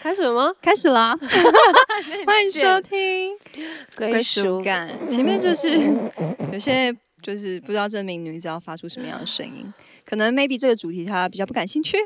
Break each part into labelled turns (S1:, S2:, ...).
S1: 开始了吗？
S2: 开 始啦！欢迎收听《
S1: 归
S2: 归属感》。前面就是 有些就是不知道这名女子要发出什么样的声音，可能 maybe 这个主题她比较不感兴趣。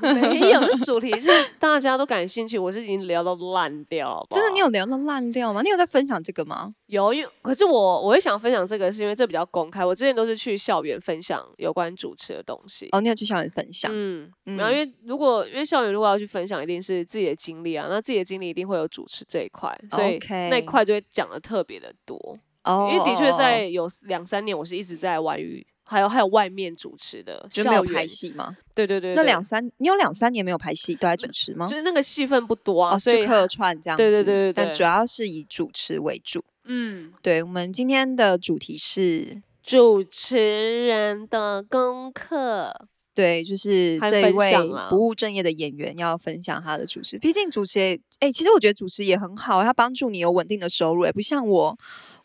S1: 没有，这主题是 大家都感兴趣，我是已经聊到烂掉了好不好
S2: 真的，你有聊到烂掉吗？你有在分享这个吗？
S1: 有有，可是我我会想分享这个，是因为这比较公开。我之前都是去校园分享有关主持的东西。
S2: 哦，你有去校园分享？
S1: 嗯，
S2: 嗯
S1: 然后因为如果因为校园如果要去分享，一定是自己的经历啊，那自己的经历一定会有主持这一块，所以
S2: OK
S1: 那一块就会讲的特别的多。
S2: 哦，
S1: 因为的确在有两三年，我是一直在玩语，还有还有外面主持的
S2: 就没有
S1: 校园
S2: 拍戏吗？
S1: 对对对，
S2: 那
S1: 对
S2: 两三，你有两三年没有拍戏，都在主持吗
S1: 就？是那个戏份不多啊，
S2: 哦，
S1: 所以
S2: 就客串这样子，
S1: 对对对对对
S2: 但主要是以主持为主。
S1: 嗯，
S2: 对我们今天的主题是，
S1: 主持人的功课，
S2: 对，就是
S1: 还
S2: 这一
S1: 分
S2: 位
S1: 享啊
S2: 不务正业的演员要分享他的主持。毕竟主持也，哎、其实我觉得主持也很好，他帮助你有稳定的收入、哎，不像我，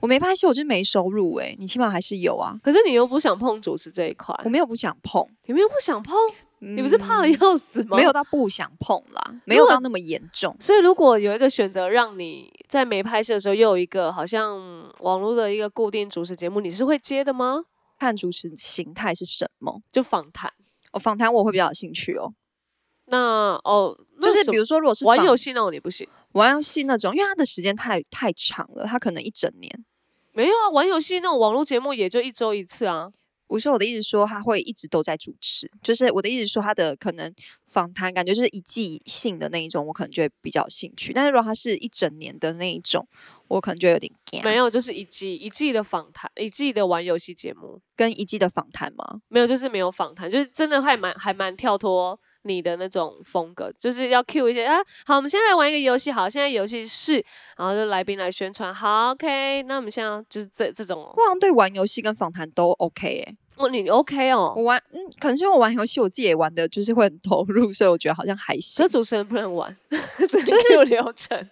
S2: 我没拍戏我就没收入、哎，你起码还是有啊。
S1: 可是你又不想碰主持这一块，
S2: 我没有不想碰，
S1: 你们又不想碰，你不是怕的
S2: 嗯
S1: 要死吗？
S2: 没有。到不想碰啦，没有到那么严重。
S1: 所以，如果有一个选择，让你在没拍戏的时候又有一个好像网络的一个固定主持节目，你是会接的吗？
S2: 看主持形态是什么，
S1: 就访谈。
S2: 哦，访谈我会比较有兴趣哦。
S1: 那哦，那
S2: 就是
S1: 什
S2: 比
S1: 么
S2: 如说，如果是
S1: 玩
S2: 访
S1: 游戏那种你不行，
S2: 玩游戏那种，因为他的时间太太长了，他可能一整年。
S1: 没有啊，玩游戏那种网络节目也就一周一次啊。
S2: 不是我的意思说他会一直都在主持，就是我的意思说他的可能访谈感觉就是一季性的那一种，我可能就会比较有兴趣。但是如果他是一整年的那一种，我可能就有点干。
S1: 没有，就是一季一季的访谈，一季的玩游戏节目，
S2: 跟一季的访谈吗？
S1: 没有，就是没有访谈，就是真的还蛮还蛮跳脱你的那种风格，就是要 cue 一些啊。好，我们现在来玩一个游戏，好，现在游戏是，然后就来宾来宣传，好，OK，那我们现在就是这这种、哦，
S2: 我好像对玩游戏跟访谈都 OK 诶、
S1: 哦，你 OK 哦
S2: 我。玩嗯，可能是因为我玩游戏我自己也玩的，就是会很投入，所以我觉得好像还
S1: 这
S2: 行。
S1: 主持人不能玩， 这是有流程。
S2: 嗯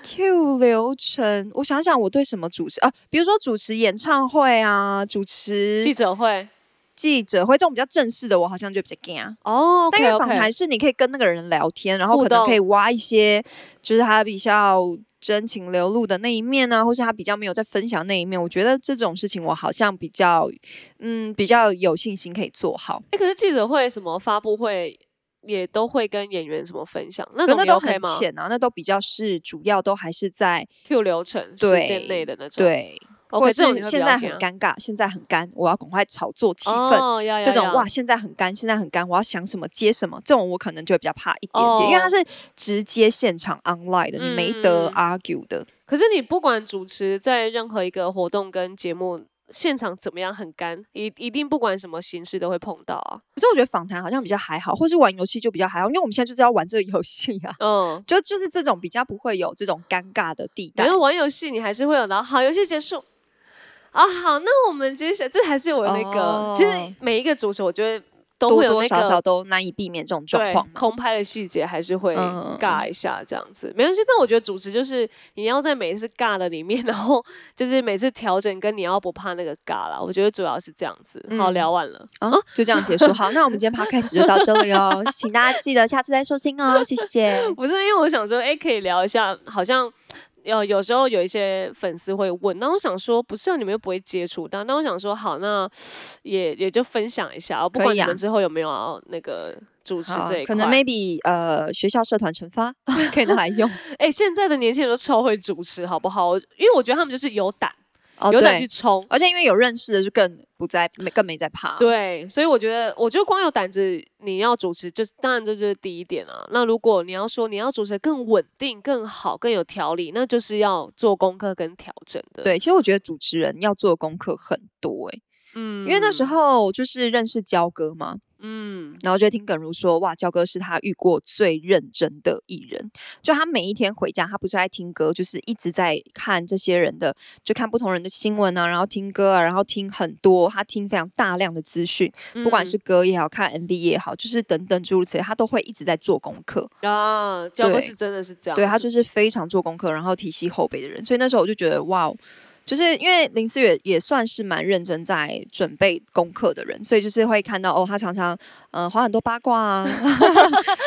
S2: Q 流程，我想想我对什么主持啊，比如说主持演唱会啊，主持
S1: 记者会
S2: 记者会这种比较正式的，我好像就比较干。
S1: 哦
S2: 但因
S1: ，OK
S2: 为访
S1: OK，
S2: 谈是你可以跟那个人聊天，然后
S1: 互
S2: 可能可以
S1: 动
S2: 挖一些，就是他比较真情流露的那一面啊，或是他比较没有在分享那一面。我觉得这种事情我好像比较，嗯，比较有信心可以做好。
S1: 哎，可是记者会什么发布会也都会跟演员什么分享，那
S2: 可
S1: 种
S2: 那
S1: 你
S2: 都很
S1: OK 吗
S2: 浅啊，那都比较是主要都还是在
S1: ？Q 流程时间内的那种，
S2: 对
S1: OK，
S2: 或
S1: 这种
S2: 者
S1: 你
S2: 是
S1: 会
S2: 现
S1: 比
S2: 在
S1: 较
S2: 很
S1: 怕
S2: 尴尬，现在很干，我要赶快炒作气氛。
S1: 哦、呀呀
S2: 这种
S1: 呀
S2: 哇，现在很干，现在很干，我要想什么接什么，这种我可能就会比较怕一点点，因为它
S1: 哦
S2: 是直接现场 online 的，你没
S1: 嗯
S2: 得
S1: 嗯嗯
S2: argue 的。
S1: 可是你不管主持在任何一个活动跟节目现场怎么样，很干，一一定不管什么形式都会碰到啊。
S2: 可是我觉得访谈好像比较还好，或是玩游戏就比较还好，因为我们现在就是要玩这个游戏啊，
S1: 嗯，
S2: 就就是这种比较不会有这种尴尬的地带
S1: 然。后玩游戏你还是会有的。好，游戏结束。啊，好，那我们接下来这还是有那个，其实
S2: 哦
S1: 每一个主持我觉得都
S2: 多
S1: 会有那
S2: 多
S1: 个
S2: 少少都难以避免这种状
S1: 对哦
S2: 况嘛。
S1: 空拍的细节还是会
S2: 嗯
S1: 尬一下这样子，没关系。但我觉得主持就是你要在每一次尬的里面，然后就是每次调整跟你要不怕那个尬啦，我觉得主要是这样子。好，
S2: 嗯
S1: 聊完了。
S2: 啊，就这样结束。好，那我 们今天 podcast 就到这里哦，请大家记得下次再收听哦，谢 谢。
S1: 不是因为我想说，哎、可以聊一下，好像。有有时候有一些粉丝会问，那我想说，不是、啊、你们又不会接触到，那我想说，好，那也也就分享一下，哦不
S2: 可
S1: 管
S2: 以
S1: 你
S2: 啊
S1: 们之后有没有要那个主持
S2: 好
S1: 这一块，
S2: 可能 maybe 呃学校社团惩罚可以拿来 用。
S1: 哎、现在的年轻人都超会主持，好不好？我因为我觉得他们就是有胆，
S2: 哦，
S1: 有胆去
S2: 对，
S1: 冲，
S2: 而且因为有认识的就更不在，没更没在怕。，
S1: 对，所以我觉得，我觉得光有胆子，你要主持，就是当然这就是第一点啊。那如果你要说你要主持得更稳定、更好、更有条理，那就是要做功课跟调整的。，
S2: 对，其实我觉得主持人要做的功课很多诶、
S1: 嗯
S2: 因为那时，候就是认识焦哥嘛，
S1: 嗯，
S2: 然后就听耿如说，哇，焦哥是他遇过最认真的艺人。就他每一天回家，他不是在听歌，就是一直在看这些人的，就看不同人的新闻啊，然后听歌啊，然后听很多，他听非常大量的资讯，不管
S1: 嗯
S2: 是歌也好看 MV 也好，就是等等诸如此类，他都会一直在做功课。
S1: 啊，教哥
S2: 对
S1: 是真的是这样子，
S2: 对他就是非常做功课，然后提携后辈的人。所以那时候我就觉得，哇，就是因为林思远也算是蛮认真在准备功课的人，所以就是会看到哦，他常常嗯、呃、划很多八卦啊，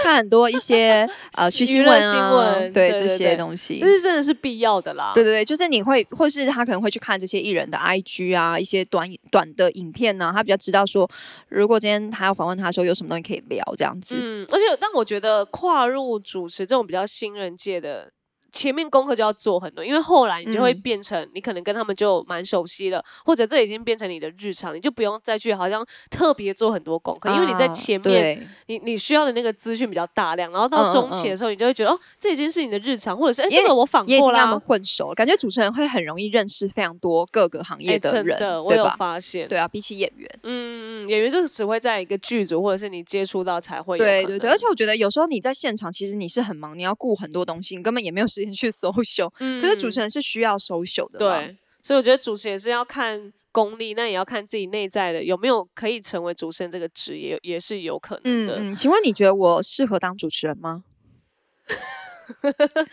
S2: 看很多一些呃去
S1: 娱
S2: 新
S1: 乐
S2: 闻
S1: 新
S2: 啊，
S1: 闻
S2: 对
S1: 对
S2: 这
S1: 对
S2: 些
S1: 对
S2: 东西，
S1: 但是真的是必要的啦。
S2: 对对对，就是你会，或是他可能会去看这些艺人的 IG 啊，一些短短的影片呢、他比较知道说，如果今天他要访问他的时候，有什么东西可以聊这样子。
S1: 嗯，而且但我觉得跨入主持这种比较新人界的，前面功课就要做很多，因为后来你就会
S2: 嗯
S1: 变成、你可能跟他们就蛮熟悉了，或者这已经变成你的日常，你就不用再去好像特别做很多功嗯课，因为你在
S2: 啊
S1: 前面
S2: 对
S1: 你你需要的那个资讯比较大量，然后
S2: 嗯嗯
S1: 到中期
S2: 嗯
S1: 的时候，你就会觉得、哦，这已经是你的日常，或者是哎、
S2: 也
S1: 这个我访
S2: 也已
S1: 过
S2: 经让他
S1: 啦
S2: 们，混熟了，感觉主持人会很容易认识非常多各个行
S1: 哎
S2: 业
S1: 真
S2: 人，
S1: 的，我
S2: 对
S1: 有
S2: 吧？
S1: 发现，
S2: 对啊，比起演员，
S1: 嗯嗯，嗯演员就是只会在一个剧组或者是你接触到才会有
S2: 对
S1: 可
S2: 对对，
S1: 能
S2: 而且我觉得有时候你在现场，其实你是很忙，你要顾很多东西，你根本也没有时间去 social、
S1: 嗯
S2: 可是主
S1: 嗯
S2: 持人是需要 social 的嘛，
S1: 对，所以我觉得主持也是要看功力，那也要看自己内在的有没有可以成为主持人这个职业，也是有可能
S2: 嗯
S1: 的。
S2: 嗯，请问你觉得我适合当主持人吗？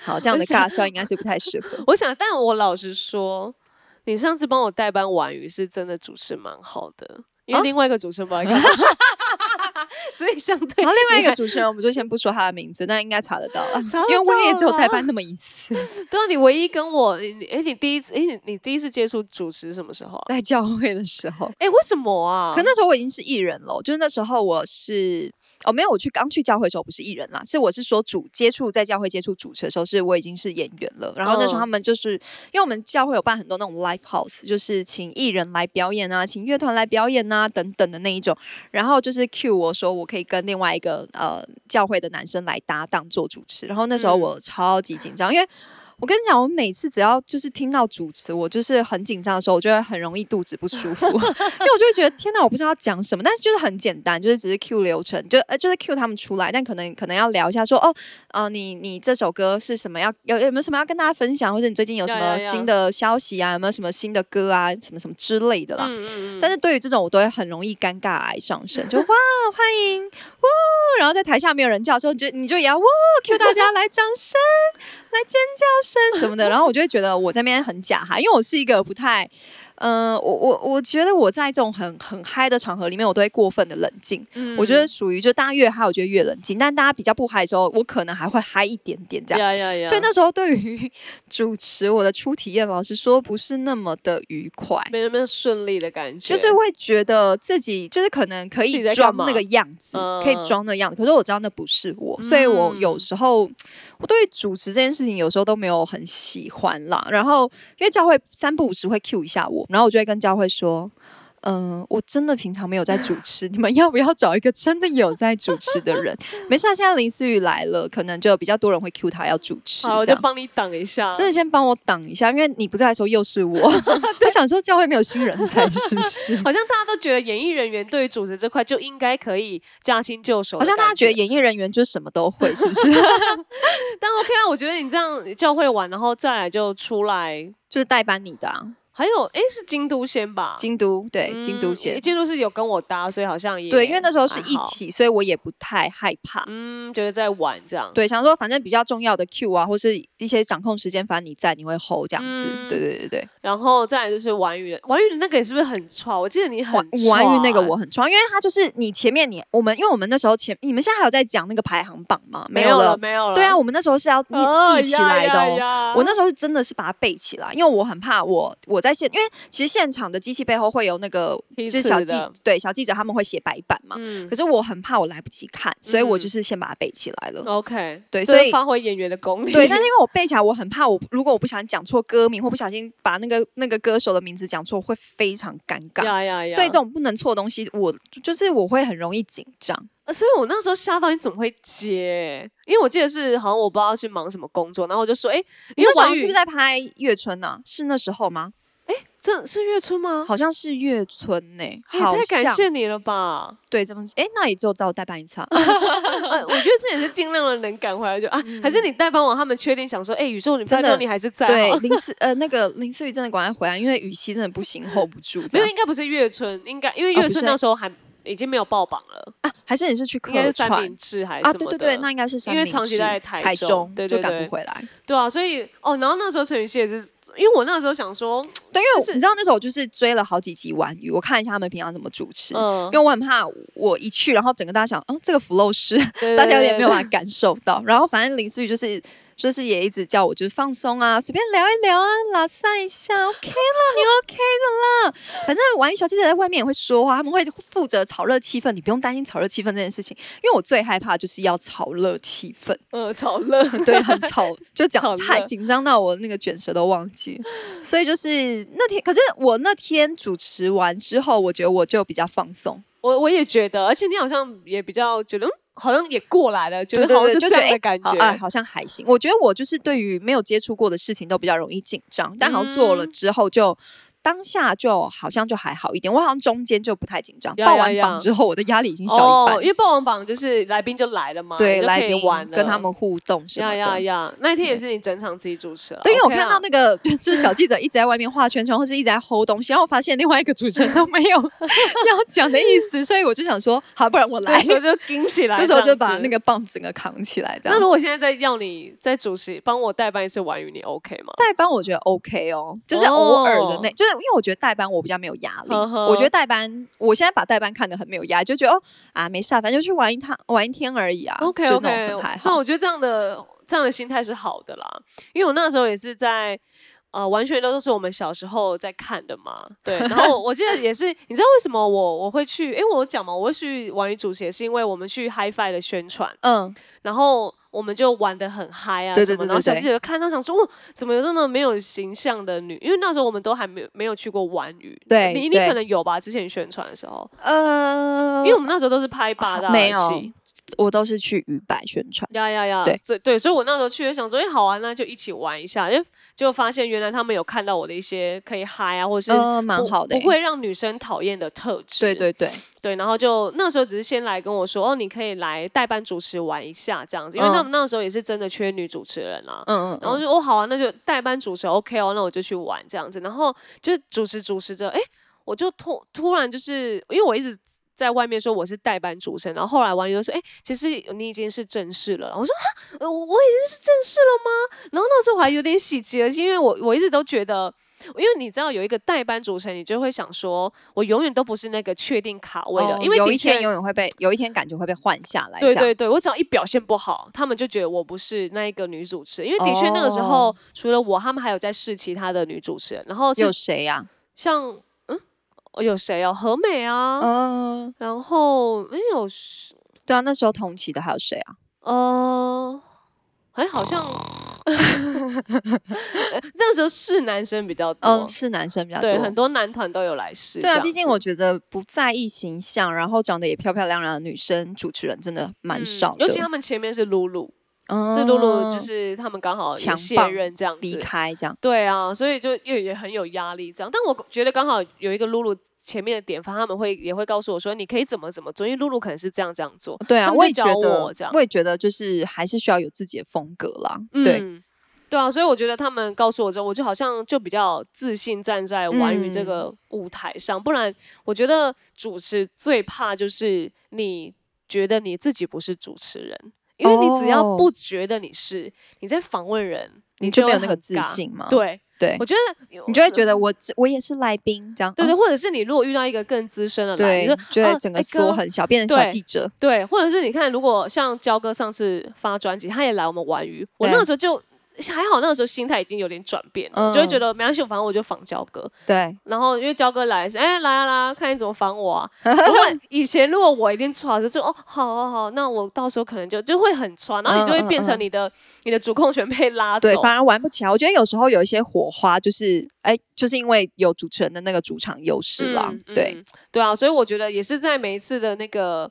S2: 好，这样的尬笑应该是不太 适合。
S1: 我想，但我老实说，你上次帮我代班婉瑜是真的主持蛮好的，因为
S2: 啊
S1: 另外一个主持人不知道干嘛 所以相对
S2: 然后另外一
S1: 你
S2: 个
S1: 还
S2: 主持人，我们就先不说他的名字，那应该查得到了
S1: 查，得
S2: 因为我也只有
S1: 到
S2: 代
S1: 啦
S2: 班那么一次，
S1: 对啊，你唯一跟我，你哎，你第一次哎，你你第一次接触主持是什么时候啊？
S2: 在教会的时候。
S1: 哎，为什么啊？
S2: 可那时候我已经是艺人了，就是那时候我是哦，没有，我去刚去教会的时候不是艺人啦，是我是说主接触在教会接触主持的时候，是我已经是演员了。然后那时候
S1: 嗯
S2: 他们就是、因为我们教会有办很多那种 live house，就是请艺人来表演啊，请乐团来表演啊等等的那一种。然后就是 cue 我说我可以跟另外一个呃教会的男生来搭档做主持。然后那时候
S1: 嗯
S2: 我超级紧张，因为我跟你讲，我每次只要就是听到主持，我就是很紧张的时候，我就会很容易肚子不舒服，因为我就会觉得天哪，我不知道要讲什么，但是就是很简单，就是只是 Q 流程，就呃就是 Q 他们出来，但可能可能要聊一下说哦，呃你你这首歌是什么要有有没有什么要跟大家分享，或者你最近有什
S1: 要
S2: 么
S1: 要要
S2: 新的消息啊，有没有什么新的歌啊，什么什么之类的啦。
S1: 嗯嗯嗯，
S2: 但是对于这种，我都会很容易尴尬癌上身，就哇欢迎哇，然后在台下没有人叫的时候，你就你就也要哇 cue 大家来掌声、来尖叫声什么的，然后我就会觉得我在那边很假哈，因为我是一个不太。嗯、我我我觉得我在这种很很嗨的场合里面，我都会过分的冷静。
S1: 嗯
S2: 我觉得属于就大家越嗨，我觉得越冷静；但大家比较不嗨的时候，我可能还会嗨一点点这样。
S1: 呀呀呀，
S2: 所以那时候对于 主持我的初体验，老实说不是那么的愉快。
S1: 没那么顺利的感觉，
S2: 就是会觉得自己就是可能可
S1: 自己
S2: 以
S1: 在干
S2: 装
S1: 嘛
S2: 那个样子，
S1: 嗯
S2: 可以装那个样子，可是我知道那不是我，所以我有时候我对主持这件事情有时候都没有很喜欢啦。然后因为教会三不五时会 cue 一下我，然后我就会跟教会说。嗯、我真的平常没有在主持，你们要不要找一个真的有在主持的人？没事、啊，现在林思雨来了，可能就比较多人会 cue 她要主持。
S1: 好，我
S2: 这
S1: 就
S2: 样。
S1: 帮你挡一下。
S2: 真的先帮我挡一下，因为你不在的时候又是 我。我想说教会没有新人才是不是？
S1: 好像大家都觉得演艺人员对于主持这块就应该可以驾轻就熟的
S2: 好
S1: 感，
S2: 像大家觉得演艺人员就是什么都会，是 不是？
S1: 但 OK 啊，我觉得你这样教会完，然后再来就出来，
S2: 就是代班你的、啊、
S1: 还有诶，是京都先吧？
S2: 京都，对、
S1: 嗯
S2: 京都
S1: 诶
S2: 线，
S1: 京都是有跟我搭，所以好像也
S2: 对，因为那时候是
S1: 还
S2: 一
S1: 好，
S2: 起，所以我也不太害怕。
S1: 嗯，觉得在玩这样。
S2: 对，想说反正比较重要的 Q 啊，或是一些掌控时间，反正你在，你会 hold 这样子。
S1: 嗯
S2: 对对对对，
S1: 然后再来就是玩语的，玩语的那个是不是很吵？我记得你很
S2: 玩
S1: 吵
S2: 完于那个
S1: 欸
S2: 我很爽，因为他就是你前面你我们，因为我们那时候前你们现在还有在讲那个排行榜吗？
S1: 没
S2: 有
S1: 有了，。没有了。
S2: 对啊，，我们那时候是要你记起来的哦。我那
S1: 那
S2: 时候是真的是把它背起来，因为我很怕我我在现，因为其实现场的机器背后会有那个
S1: 批
S2: 就是
S1: 次
S2: 小记
S1: 的
S2: 对小记者他们会写白板嘛，
S1: 嗯
S2: 可是我很怕我来不及看，所以
S1: 嗯
S2: 我
S1: 哦
S2: 就是先把它背起来了。
S1: ，OK，
S2: 对
S1: 这
S2: 所以
S1: 发挥演员的功力。
S2: 对，但是因为我背起来，我很怕我如果我不想讲错歌名，或不小心把那个那个歌手的名字讲错，会非常尴尬。
S1: 呀呀呀，
S2: 所以这种不能错的东西，我就是我会很容易紧张。
S1: 呃所以我那时候吓到你怎么会接？因为我记得是好像我不知道去忙什么工作，然后我就说，哎、
S2: 你
S1: 因为
S2: 那时
S1: 王
S2: 候
S1: 宇
S2: 是不是在拍《月春》呢？是那时候吗？
S1: 这是月春吗？
S2: 好像是《月春》呢，
S1: 哎
S2: 好
S1: 太感
S2: 像
S1: 谢你了吧！
S2: 对，这么哎，那也只有找我代办一啊场。
S1: 呃，我觉得这也是尽量的能赶回来就啊，还是你代班网他们确定想说，哎、宇宙你
S2: 嗯真
S1: 拜
S2: 的
S1: 托你还是在哦
S2: 对
S1: 好，了
S2: 林思呃那个林思雨真的赶快回来，因为雨熙真的不行，hold 不住
S1: 没
S2: 这
S1: 有
S2: 样。
S1: 应该不是月春，应该因为
S2: 哦
S1: 月
S2: 不
S1: 春
S2: 是
S1: 那时候还已经没有爆榜了，
S2: 啊，还是你是去客
S1: 应该是三
S2: 串
S1: 明治还是
S2: 啊？
S1: 什
S2: 对
S1: 么
S2: 对
S1: 的
S2: 对，那应该是三
S1: 因为
S2: 明
S1: 长期
S2: 治
S1: 在
S2: 台
S1: 中，对对
S2: 就赶
S1: 对
S2: 不，回来。
S1: 对啊，所以哦，然后那时候陈雨希也是，因为我那个时候想说，
S2: 对，因为我
S1: 就是
S2: 你知道那时候我就是追了好几集玩鱼，我看一下他们平常怎么主持，
S1: 嗯
S2: 因，为我很怕我一去，然后整个大家想，嗯，这个 flow 是
S1: 对
S2: 大家有点没
S1: 对对
S2: 有。办法感受到。然后反正林思雨就是就是也一直叫我就是放松啊，随便聊一聊啊，拉撒一下，OK 了，你 OK 的啦。反正玩鱼小姐姐在外面也会说话，他们会负责炒热气氛，你不用担心炒热气氛这件事情，因为我最害怕就是要炒热气氛，
S1: 对呃，炒热，
S2: 对，很吵，就讲
S1: 炒热
S2: 太紧张到我那个卷舌都忘记。所以就是那天，可是我那天主持完之后，我觉得我就比较放松。
S1: 我我也觉得，而且你好像也比较觉得，嗯，好像也过来了，觉
S2: 对
S1: 得好
S2: 对
S1: 像
S2: 对，
S1: 就
S2: 就
S1: 这
S2: 哎
S1: 样的感觉
S2: 好。哎，好像还行。我觉得我就是对于没有接触过的事情都比较容易紧张，但好像做了
S1: 嗯
S2: 之后就。当下就好像就还好一点，我好像中间就不太紧张。
S1: 呀
S2: 报
S1: 呀
S2: 完
S1: 呀
S2: 榜之后，我的压力已经小一半。
S1: 哦，因为霸王榜就是来宾就来了嘛，你
S2: 对，
S1: 就
S2: 来
S1: 可以
S2: 宾
S1: 玩了
S2: 跟他们互动什么
S1: 呀呀
S2: 的。
S1: 呀！那一天也是你整场自己主持了，
S2: 对，因为我
S1: OK 啊
S2: 看到那个就是小记者一直在外面画圈圈，或是一直在吼东西，然后我发现另外一个主持人都没有 要讲的意思，所以我就想说，好，不然我来。
S1: 这时候就盯起来，
S2: 这时候就
S1: 这样
S2: 把
S1: 子
S2: 那。个棒整个扛起来，这样
S1: 那。如果现在再要你再主持，帮我代班一次玩语，你 OK 吗？
S2: 代班我觉得 OK 哦，就是偶尔的那就是因为我觉得代班我比较没有压力。
S1: 呵呵
S2: 我觉得代班，我现在把代班看得很没有压力，就觉得哦啊没事啊，反正就去玩一趟玩一天而已啊
S1: OK
S2: 就
S1: OK，
S2: 那种很还
S1: 但
S2: 好。
S1: 我觉得这样的这样的心态是好的啦，因为我那时候也是在。呃，完全都是我们小时候在看的 嘛，对。然后我我记得也是，你知道为什么我我会去？因为我有讲嘛，我会去玩语主持，也是因为我们去 HiFi 的宣传，
S2: 嗯，
S1: 然后我们就玩的很嗨啊什么，
S2: 对对对
S1: 然后
S2: 对
S1: 小
S2: 对
S1: 记者看到想说，哇，怎么有这么没有形象的女？因为那时候我们都还没有没有去过玩鱼，
S2: 对
S1: 你你
S2: 对
S1: 可能有吧？之前宣传的时候，
S2: 呃啊
S1: 因为我们那时候都是拍八大的
S2: 没有
S1: 戏，
S2: 我都是去鱼摆宣传，
S1: 呀呀呀，
S2: 对
S1: 所以对，所以我那时候去就想说，哎、好玩，那就一起玩一下，因为就发现原来他们有看到我的一些可以嗨啊，或者是
S2: 呃，蛮
S1: 不
S2: 好的、欸。
S1: 不会让女生讨厌的特质，
S2: 对对对，
S1: 对，然后就那时候只是先来跟我说，哦，你可以来代班主持玩一下这样子，因为
S2: 嗯
S1: 他们那时候也是真的缺女主持人啊。
S2: 嗯嗯，
S1: 然后
S2: 嗯
S1: 就哦好啊，那就代班主持 OK 哦，那我就去玩这样子。然后就主持主持着，哎，我就突突然就是因为我一直在外面说我是代班主持人，然后后来网友说，哎，其实你已经是正式了。我说哈，呃我已经是正式了吗？然后那时候我还有点喜极而泣，因为我我一直都觉得。因为你知道有一个代班主持人，你就会想说，我永远都不是那个确定卡位的，
S2: 哦
S1: 因为
S2: 有
S1: 的
S2: 一
S1: 确
S2: 天永远会被，有一天感觉会被换下来。
S1: 对
S2: 这样
S1: 对对，我只要一表现不好，他们就觉得我不是那一个女主持人，因为的确那个时候、
S2: 哦
S1: 除了我，他们还有在试其他的女主持人，然后是
S2: 有谁啊呀、
S1: 像嗯哦有谁哦，何美啊，
S2: 啊？嗯、
S1: 然后哎有谁
S2: 对啊，那时候同期的还有谁啊？
S1: 呃，哎好 像 那时候是男生比较多，
S2: 嗯、是男生比较多，
S1: 对，很多男团都有来试，
S2: 对
S1: 这
S2: 啊，
S1: 样
S2: 毕竟
S1: 子
S2: 我觉得不在意形象，然后长得也漂漂亮亮的女生主持人真的蛮
S1: 嗯
S2: 少的。
S1: 尤其他们前面是露露，
S2: 嗯
S1: 是露露就是他们刚好有
S2: 强
S1: 卸
S2: 棒
S1: 任这样
S2: 离
S1: 子。
S2: 开这样。
S1: 对啊，所以就也也很有压力这样。但我觉得刚好有一个露露前面的典范，他们会也会告诉我说，你可以怎么怎么做，因为露露可能是这样这样做。
S2: 对
S1: 他
S2: 啊，
S1: 们就
S2: 我也觉
S1: 教
S2: 得，
S1: 我这样
S2: 也觉得就是还是需要有自己的风格啦。对，
S1: 嗯对啊，所以我觉得他们告诉我之后，我就好像就比较自信站在玩语这
S2: 嗯
S1: 个舞台上。不然，我觉得主持最怕就是你觉得你自己不是主持人，因为你只要
S2: 哦
S1: 不觉得你是，你在访问人，
S2: 你
S1: 就
S2: 就没有
S1: 会
S2: 那个
S1: 很
S2: 自
S1: 尬。
S2: 信嘛？
S1: 对，
S2: 对
S1: 我，觉得
S2: 你就会觉得我只我也是来宾这样。
S1: 对对，
S2: 哦
S1: 或者是你如果遇到一个更资深的来，你
S2: 对
S1: 说，
S2: 就
S1: 啊
S2: 会整
S1: 哎
S2: 个
S1: 哥
S2: 缩很小，变成小
S1: 对
S2: 记者。
S1: 对，或者是你看，如果像焦哥上次发专辑，他也来我们玩鱼，我
S2: 对
S1: 那个时候就。还好那个时候心态已经有点转变了，就会
S2: 嗯
S1: 觉得没关系，反正我就仿焦哥。
S2: 对，
S1: 然后因为焦哥来是哎、来啊来啊，看你怎么仿我 啊。如果以前如果我一定穿就就哦好好好，那我到时候可能就就会很穿，然后你就会
S2: 嗯嗯
S1: 变成
S2: 嗯
S1: 你的、你的主控权被拉走。
S2: 对，反而玩不起来。我觉得有时候有一些火花，就是哎，就是因为有主持人的那个主场优势啦
S1: 嗯。
S2: 对，
S1: 嗯对啊，所以我觉得也是在每一次的那个。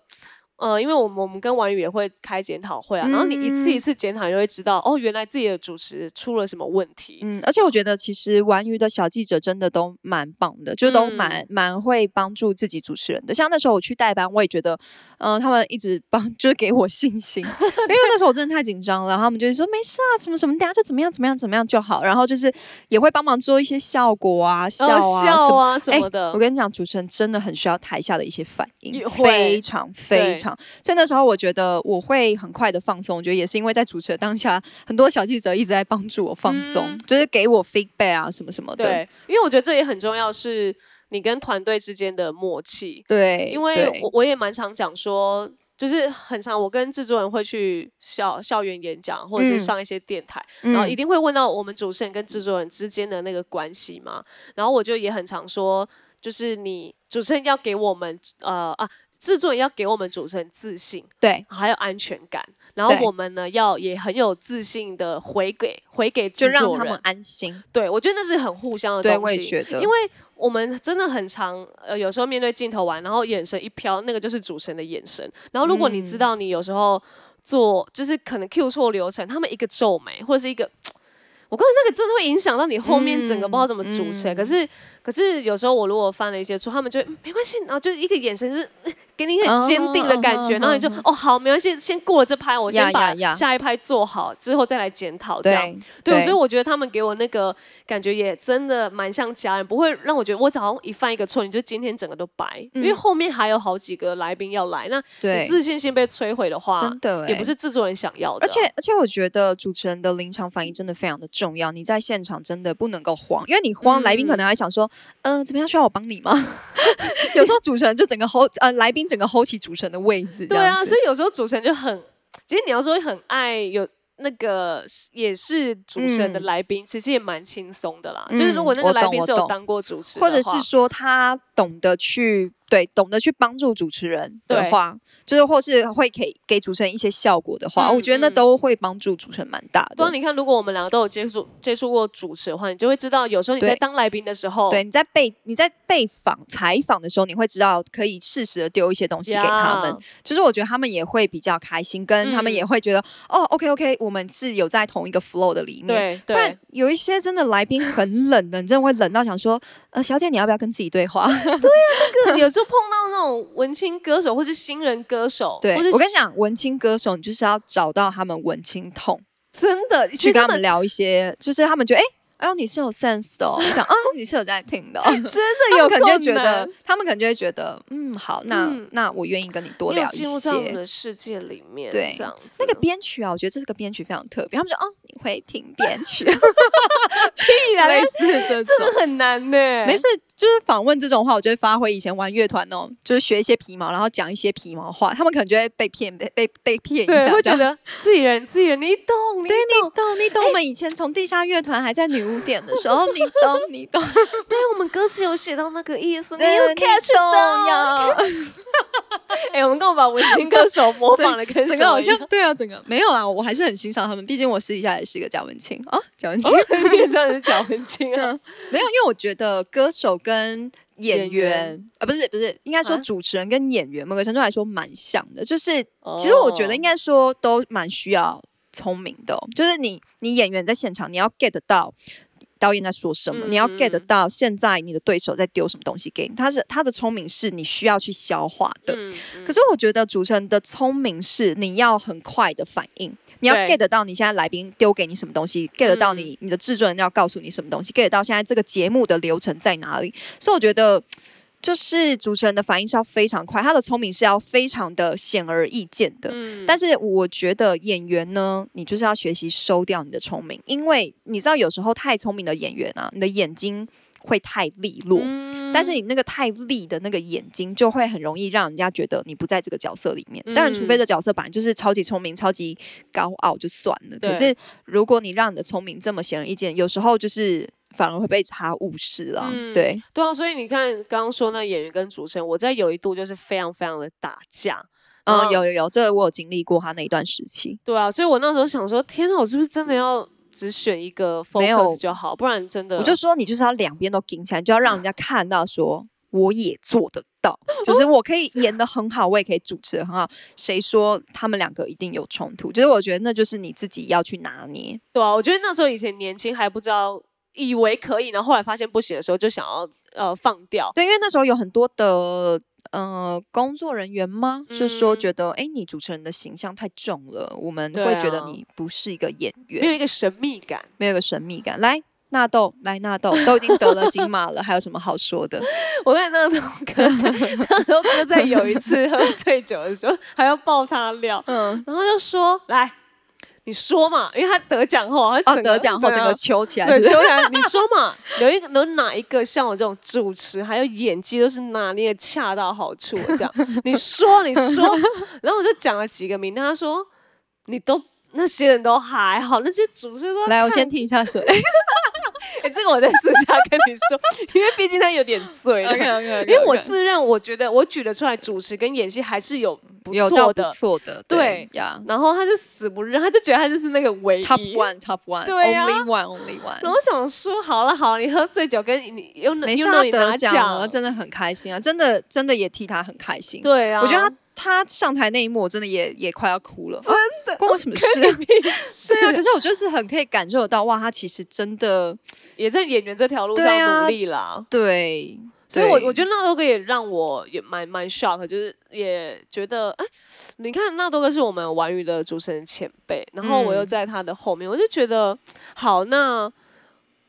S1: 呃，因为我们我们跟婉宇也会开检讨会啊，然后你一
S2: 嗯
S1: 次一次检讨，你就会知道哦，原来自己的主持出了什么问题。
S2: 嗯，而且我觉得其实玩鱼的小记者真的都蛮棒的，就都蛮、
S1: 嗯
S2: 蛮会帮助自己主持人的。像那时候我去代班，我也觉得，嗯、他们一直帮，就是给我 信心，因为那时候我真的太紧张了，然后他们就会说没事啊，什么什么，等下就怎么样怎么样怎么样就好，然后就是也会帮忙做一些效果啊、笑
S1: 呃
S2: 啊、什
S1: 笑
S2: 么。
S1: 啊什
S2: 哎
S1: 么的
S2: 我，跟你讲，主持人真的很需要台下的一些反应
S1: 也，会
S2: 非常
S1: 对
S2: 非常场。所以那时候我觉得我会很快的放松，我觉得也是因为在主持的当下，很多小记者一直在帮助我放松，
S1: 嗯
S2: 就是给我 feedback 啊什么什么的。
S1: 对，因为我觉得这也很重要，是你跟团队之间的默契。
S2: 对，
S1: 因
S2: 对
S1: 为我我也蛮常讲说，就是很常我跟制作人会去校校园演讲，或者
S2: 嗯
S1: 是上一些电台，然后一定会问到我们主持人跟制作人之间的那个关系嘛。然后我就也很常说，就是你主持人要给我们呃啊，制作人要给我们主持人自信，
S2: 对，
S1: 还有安全感。然后
S2: 对
S1: 我们呢要也很有自信的回给回给
S2: 就
S1: 制
S2: 让
S1: 作
S2: 他们
S1: 人。
S2: 安心。
S1: 对，我觉得那是很互相的东
S2: 对，
S1: 西。
S2: 我也觉得，
S1: 因为我们真的很常，呃，有时候面对镜头玩，然后眼神一飘，那个就是主持人的眼神。然后如果你知道你有时候做，就是可能 Q 错流程，他们一个皱眉或者是一个，我告诉你，那个真的会影响到你后面整个不知道怎么主持。
S2: 嗯嗯
S1: 可是，可是有时候我如果犯了一些错，他们就会、嗯没关系，然后就是一个眼神就是嗯给你很坚定的感觉，
S2: 嗯嗯嗯嗯
S1: 然后你就哦好，没关系，先过了这拍，我
S2: 呀
S1: 先把
S2: 呀呀
S1: 下一拍做好，之后再来检讨这样。
S2: 对
S1: 对，所以我觉得他们给我那个感觉也真的蛮像家人，不会让我觉得我只要一犯一个错，你就今天整个都白，
S2: 嗯
S1: 因为后面还有好几个来宾要来，那
S2: 对
S1: 你自信心被摧毁的话，
S2: 真的、欸、
S1: 也不是制作人想要的啊、
S2: 而且而且，我觉得主持人的临场反应真的非常的重要。你在现场真的不能够慌，因为你慌，
S1: 嗯
S2: 来宾可能还想说，嗯、怎么样需要我帮你吗？ 有时候主持人就整个 hold，呃，来宾整个 hold 起主持人的位置。
S1: 对啊，所
S2: 以
S1: 以有时候主持人就很，其实你要说很爱有。那个也是主持人的
S2: 嗯
S1: 来宾，其实也蛮轻松的啦。
S2: 嗯
S1: 就是如果那
S2: 我
S1: 个来
S2: 懂
S1: 宾
S2: 我
S1: 是有
S2: 懂
S1: 当过主持的
S2: 啊或
S1: 话，
S2: 者是说他懂得去对懂得去帮助主持人的
S1: 对
S2: 话，就是或是会给给主持人一些效果的话，
S1: 嗯
S2: 我觉得那
S1: 嗯
S2: 都会帮助主持人蛮大
S1: 对啊，
S2: 的。
S1: 你看，如果我们两个都有接触接触过主持的话，你就会知道，有时候你
S2: 对
S1: 在当来宾的时候，
S2: 对，你在被你在被访采访的时候，你会知道可以适时的丢一些东西给他们
S1: 呀，
S2: 就是我觉得他们也会比较开心，跟他们
S1: 嗯
S2: 也会觉得、哦，OK OK，我们是有在同一个 flow 的里面。
S1: 对
S2: 不
S1: 对
S2: 然，有一些真的来宾很冷的，你真的会冷到想说，呃，小姐你要不要跟自己 对话？
S1: 有时候碰到那种文青歌手或是新人歌手，
S2: 对
S1: 或是
S2: 我跟你讲，文青歌手你就是要找到他们文青痛，
S1: 真的，其
S2: 去
S1: 实
S2: 跟他
S1: 他
S2: 们
S1: 们
S2: 聊一些，就是他们觉得哎。哎呦，你是有 sense 的、哦，想啊，你是有在 听的、哦，
S1: 真的
S2: 他
S1: 有
S2: 们可能就会
S1: 够
S2: 觉得
S1: 难，
S2: 他们可能就会觉得，嗯，好，那、
S1: 嗯
S2: 那我愿意跟你多
S1: 你有
S2: 聊一
S1: 进入到我们
S2: 些。
S1: 的世界里面，
S2: 对
S1: 这样子
S2: 那个编曲啊，我觉得这是个编曲非常特别。他们说，哦，你会听编曲，
S1: 必 然
S2: 类 似这种。
S1: 真的很难呢，
S2: 没事，就是访问这种话，我就会发挥以前玩乐团哦，就是学一些皮毛，然后讲一些皮毛话，他们可能就会被骗，被被被骗一
S1: 对，
S2: 下。
S1: 会
S2: 这
S1: 觉
S2: 样
S1: 得自己人自己人，你 懂，你
S2: 对你
S1: 懂。
S2: 懂，你懂。我们以前从地下乐团还在女巫点的时候， 你懂，你懂，
S1: 对我们歌词有写到那个意思，你
S2: 嗯
S1: 有 catch
S2: 懂
S1: 到？
S2: 呀。
S1: 哎，我们跟我把文青歌手模
S2: 对
S1: 仿的跟
S2: 整
S1: 什
S2: 个
S1: 么
S2: 好
S1: 一
S2: 像
S1: 样
S2: 对啊，整个没有啦，我还是很欣赏他们，毕竟我私底下也是一个贾文清啊，贾文清、
S1: 你也算是假文青啊，
S2: 没有，因为我觉得歌手跟演
S1: 演
S2: 员
S1: 员
S2: 啊，不是不是，应该说
S1: 啊
S2: 主持人跟演员某个程度来说蛮像的，就是
S1: 哦
S2: 其实我觉得应该说都蛮需要聪明的哦、就是你你演员在现场你要 get 到。导演在说什么？你要
S1: 嗯
S2: get
S1: 嗯
S2: 到现在你的对手在丢什么东西给你，他是他的聪明是你需要去消化的。
S1: 嗯，
S2: 可
S1: 可
S2: 是我觉得主持人的聪明是你要很快的反应，你要
S1: 对
S2: get 到你现在来宾丢给你什么东西，get 到
S1: 嗯
S2: 你、你的制作人要告诉你什么东西，get 到现在这个节目的流程在哪里。所以我觉得。就是主持人的反应是要非常快，他的聪明是要非常的显而易见的。
S1: 嗯
S2: 但是我觉得演员呢，你就是要学习收掉你的聪明，因为你知道有时候太聪明的演员啊，你的眼睛会太利落。
S1: 嗯
S2: 但是你那个太利的那个眼睛，就会很容易让人家觉得你不在这个角色里面。当然，除非
S1: 嗯
S2: 这角色本来就是超级聪明、超级高傲就算了。可
S1: 对
S2: 是如果你让你的聪明这么显而易见，有时候就是反而会被查误事啦。
S1: 嗯
S2: 对，
S1: 对啊，所以你看刚刚说那演员跟主持人，我在有一度就是非常非常的打架。然
S2: 嗯，
S1: 后
S2: 有有有，这个我有经历过他那一段时期。
S1: 对啊，所以我那时候想说，天哪，我是不是真的要只选一个
S2: 没有
S1: focus 就好？不然真的
S2: 我就说你就是要两边都顶起来，你就要让人家看到说 我也做得到，只是我可以演的很好，我也可以主持得很好。谁说他们两个一定有冲突？就是我觉得那就是你自己要去拿捏。
S1: 对啊，我觉得那时候以前年轻还不知道，以为可以，然后后来发现不行的时候，就想要呃放掉。
S2: 对，因为那时候有很多的呃工作人员吗，就说
S1: 嗯
S2: 觉得哎，诶你主持人的形象太重了，我们
S1: 对
S2: 会觉得
S1: 啊
S2: 你不是一个演
S1: 没有
S2: 员，
S1: 一个神秘感，
S2: 没有一个神秘感。来，纳豆来纳豆都已经得了金马了，还有什么好 说的？
S1: 我看那头哥在，那头哥在有一次喝醉酒的时候，还要爆他料，
S2: 嗯，
S1: 然后就说：“来，你说嘛，因为他得奖后，他整
S2: 哦，
S1: 个
S2: 得奖后
S1: 对
S2: 整
S1: 啊
S2: 个揪起来
S1: 对，
S2: 是不
S1: 球
S2: 是？
S1: 员，你说嘛，有一个有哪一个像我这种主持还有演技都是拿捏得恰到好处？这样，你说你说，然后我就讲了几个名，他说你都那些人都还好，那些主持人都
S2: 来，我
S1: 看
S2: 先听一下 水。
S1: 哎这个我在私下跟你说，因为毕竟他有点醉。
S2: OK，
S1: 因为我自认，我觉得我举得出来主持跟演戏还是有不
S2: 嗯有到
S1: 错
S2: 不
S1: 的，
S2: 错的，
S1: 对
S2: 呀
S1: 然后他就死不认，他就觉得他就是那个唯一。
S2: ，Top One，Top
S1: 对啊
S2: One，Only One，Only One
S1: 然。后我想说，好了好了，你喝醉酒跟你又能
S2: 没
S1: 又
S2: 想
S1: 能
S2: 到
S1: 你拿
S2: 得奖了，
S1: 奖，
S2: 真的很开心啊！真的，真的也替他很开心。
S1: 对啊，
S2: 我觉 得他他上台那一幕，我真的也也快要哭了，真的关我什么事啊？
S1: 他
S2: 对啊，可是我就是很可以感受得到，哇，他其实真的
S1: 也在演员这条路
S2: 对啊
S1: 上努力啦。
S2: 对，
S1: 所以我，我
S2: 得
S1: 觉得纳豆哥也让我也蛮蛮 shock，就是也觉得，哎，你看纳豆哥是我们玩娱的主持人前辈，然后我又
S2: 嗯
S1: 在他的后面，我就觉得，好，那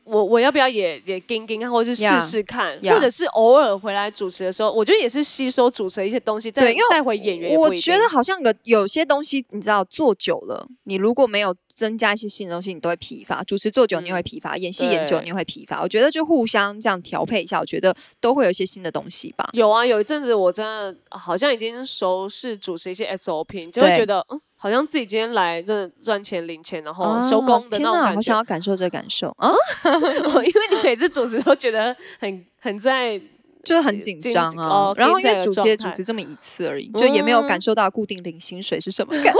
S1: 我我要不要也也跟跟看，或是试
S2: Yeah，
S1: 试看
S2: yeah
S1: 或者是偶尔回来主持的时候，我觉得也是吸收主持的一些东西，再
S2: 对因为
S1: 带回演员也不
S2: 我
S1: 一定。
S2: 觉得好像有有些东西，你知道，做久了，你如果没有增加一些新的东西，你都会疲乏。主持做久，
S1: 嗯
S2: 你也会疲乏；演戏演久，
S1: 对
S2: 你也会疲乏。我觉得就互相这样调配一下，我觉得都会有一些新的东西吧。
S1: 有啊，有一阵子我真的好像已经熟视主持一些 SOP，你就会
S2: 对
S1: 觉得嗯，好像自己今天来真的赚钱领钱，然后收工的
S2: 啊哦天
S1: 那种
S2: 哪，
S1: 感
S2: 好想
S1: 觉。
S2: 要感受这个感受啊！
S1: 因为你每次主持都觉得很很 在，
S2: 就是很紧
S1: 紧
S2: 张
S1: 张
S2: 啊
S1: 哦。
S2: 然后
S1: 跟
S2: 因
S1: 在
S2: 为
S1: 的
S2: 主持
S1: 状
S2: 也主
S1: 态
S2: 持这么一次而已，就也没有感
S1: 嗯
S2: 受到固定领薪水是什么感受。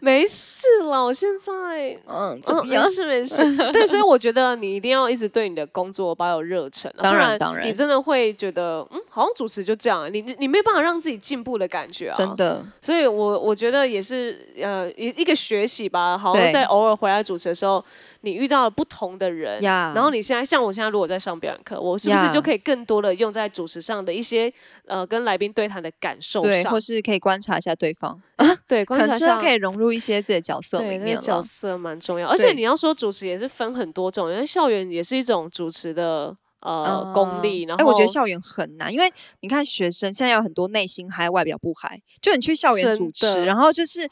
S1: 没事啦，我现在。
S2: 嗯，怎
S1: 嗯，
S2: 么样
S1: 没？事没 事，对，所以我觉得你一定要一直对你的工作保有热忱啊，
S2: 当
S1: 不
S2: 然
S1: 然
S2: 当然
S1: 你真的会觉得，嗯，好像主持就这样，你你没办法让自己进步的感觉啊，
S2: 真的，
S1: 所以我我觉得也是呃一一个学习吧，好像
S2: 对
S1: 在偶尔回来主持的时候，你遇到了不同的人
S2: 呀
S1: 啊然后你现在像我现在如果在上表演课，我是不是
S2: 呀
S1: 就可以更多的用在主持上的一些呃跟来宾对谈的感受
S2: 对，
S1: 上
S2: 或，是可以观察一下对方，
S1: 对，观
S2: 可
S1: 察
S2: 能真的
S1: 上
S2: 可以融入一些自己的角色
S1: 对
S2: 里
S1: 那
S2: 面
S1: 个角
S2: 了。
S1: 色蛮重要，而且
S2: 对
S1: 你要说主持也是分很多种，因为校园也是一种主持的呃、功力，
S2: 嗯
S1: 然
S2: 哎、
S1: 后
S2: 我觉得校园很难，因为你看学生现在有很多内心嗨、外表不嗨，就你去校园
S1: 真
S2: 主
S1: 的
S2: 持，然后就是。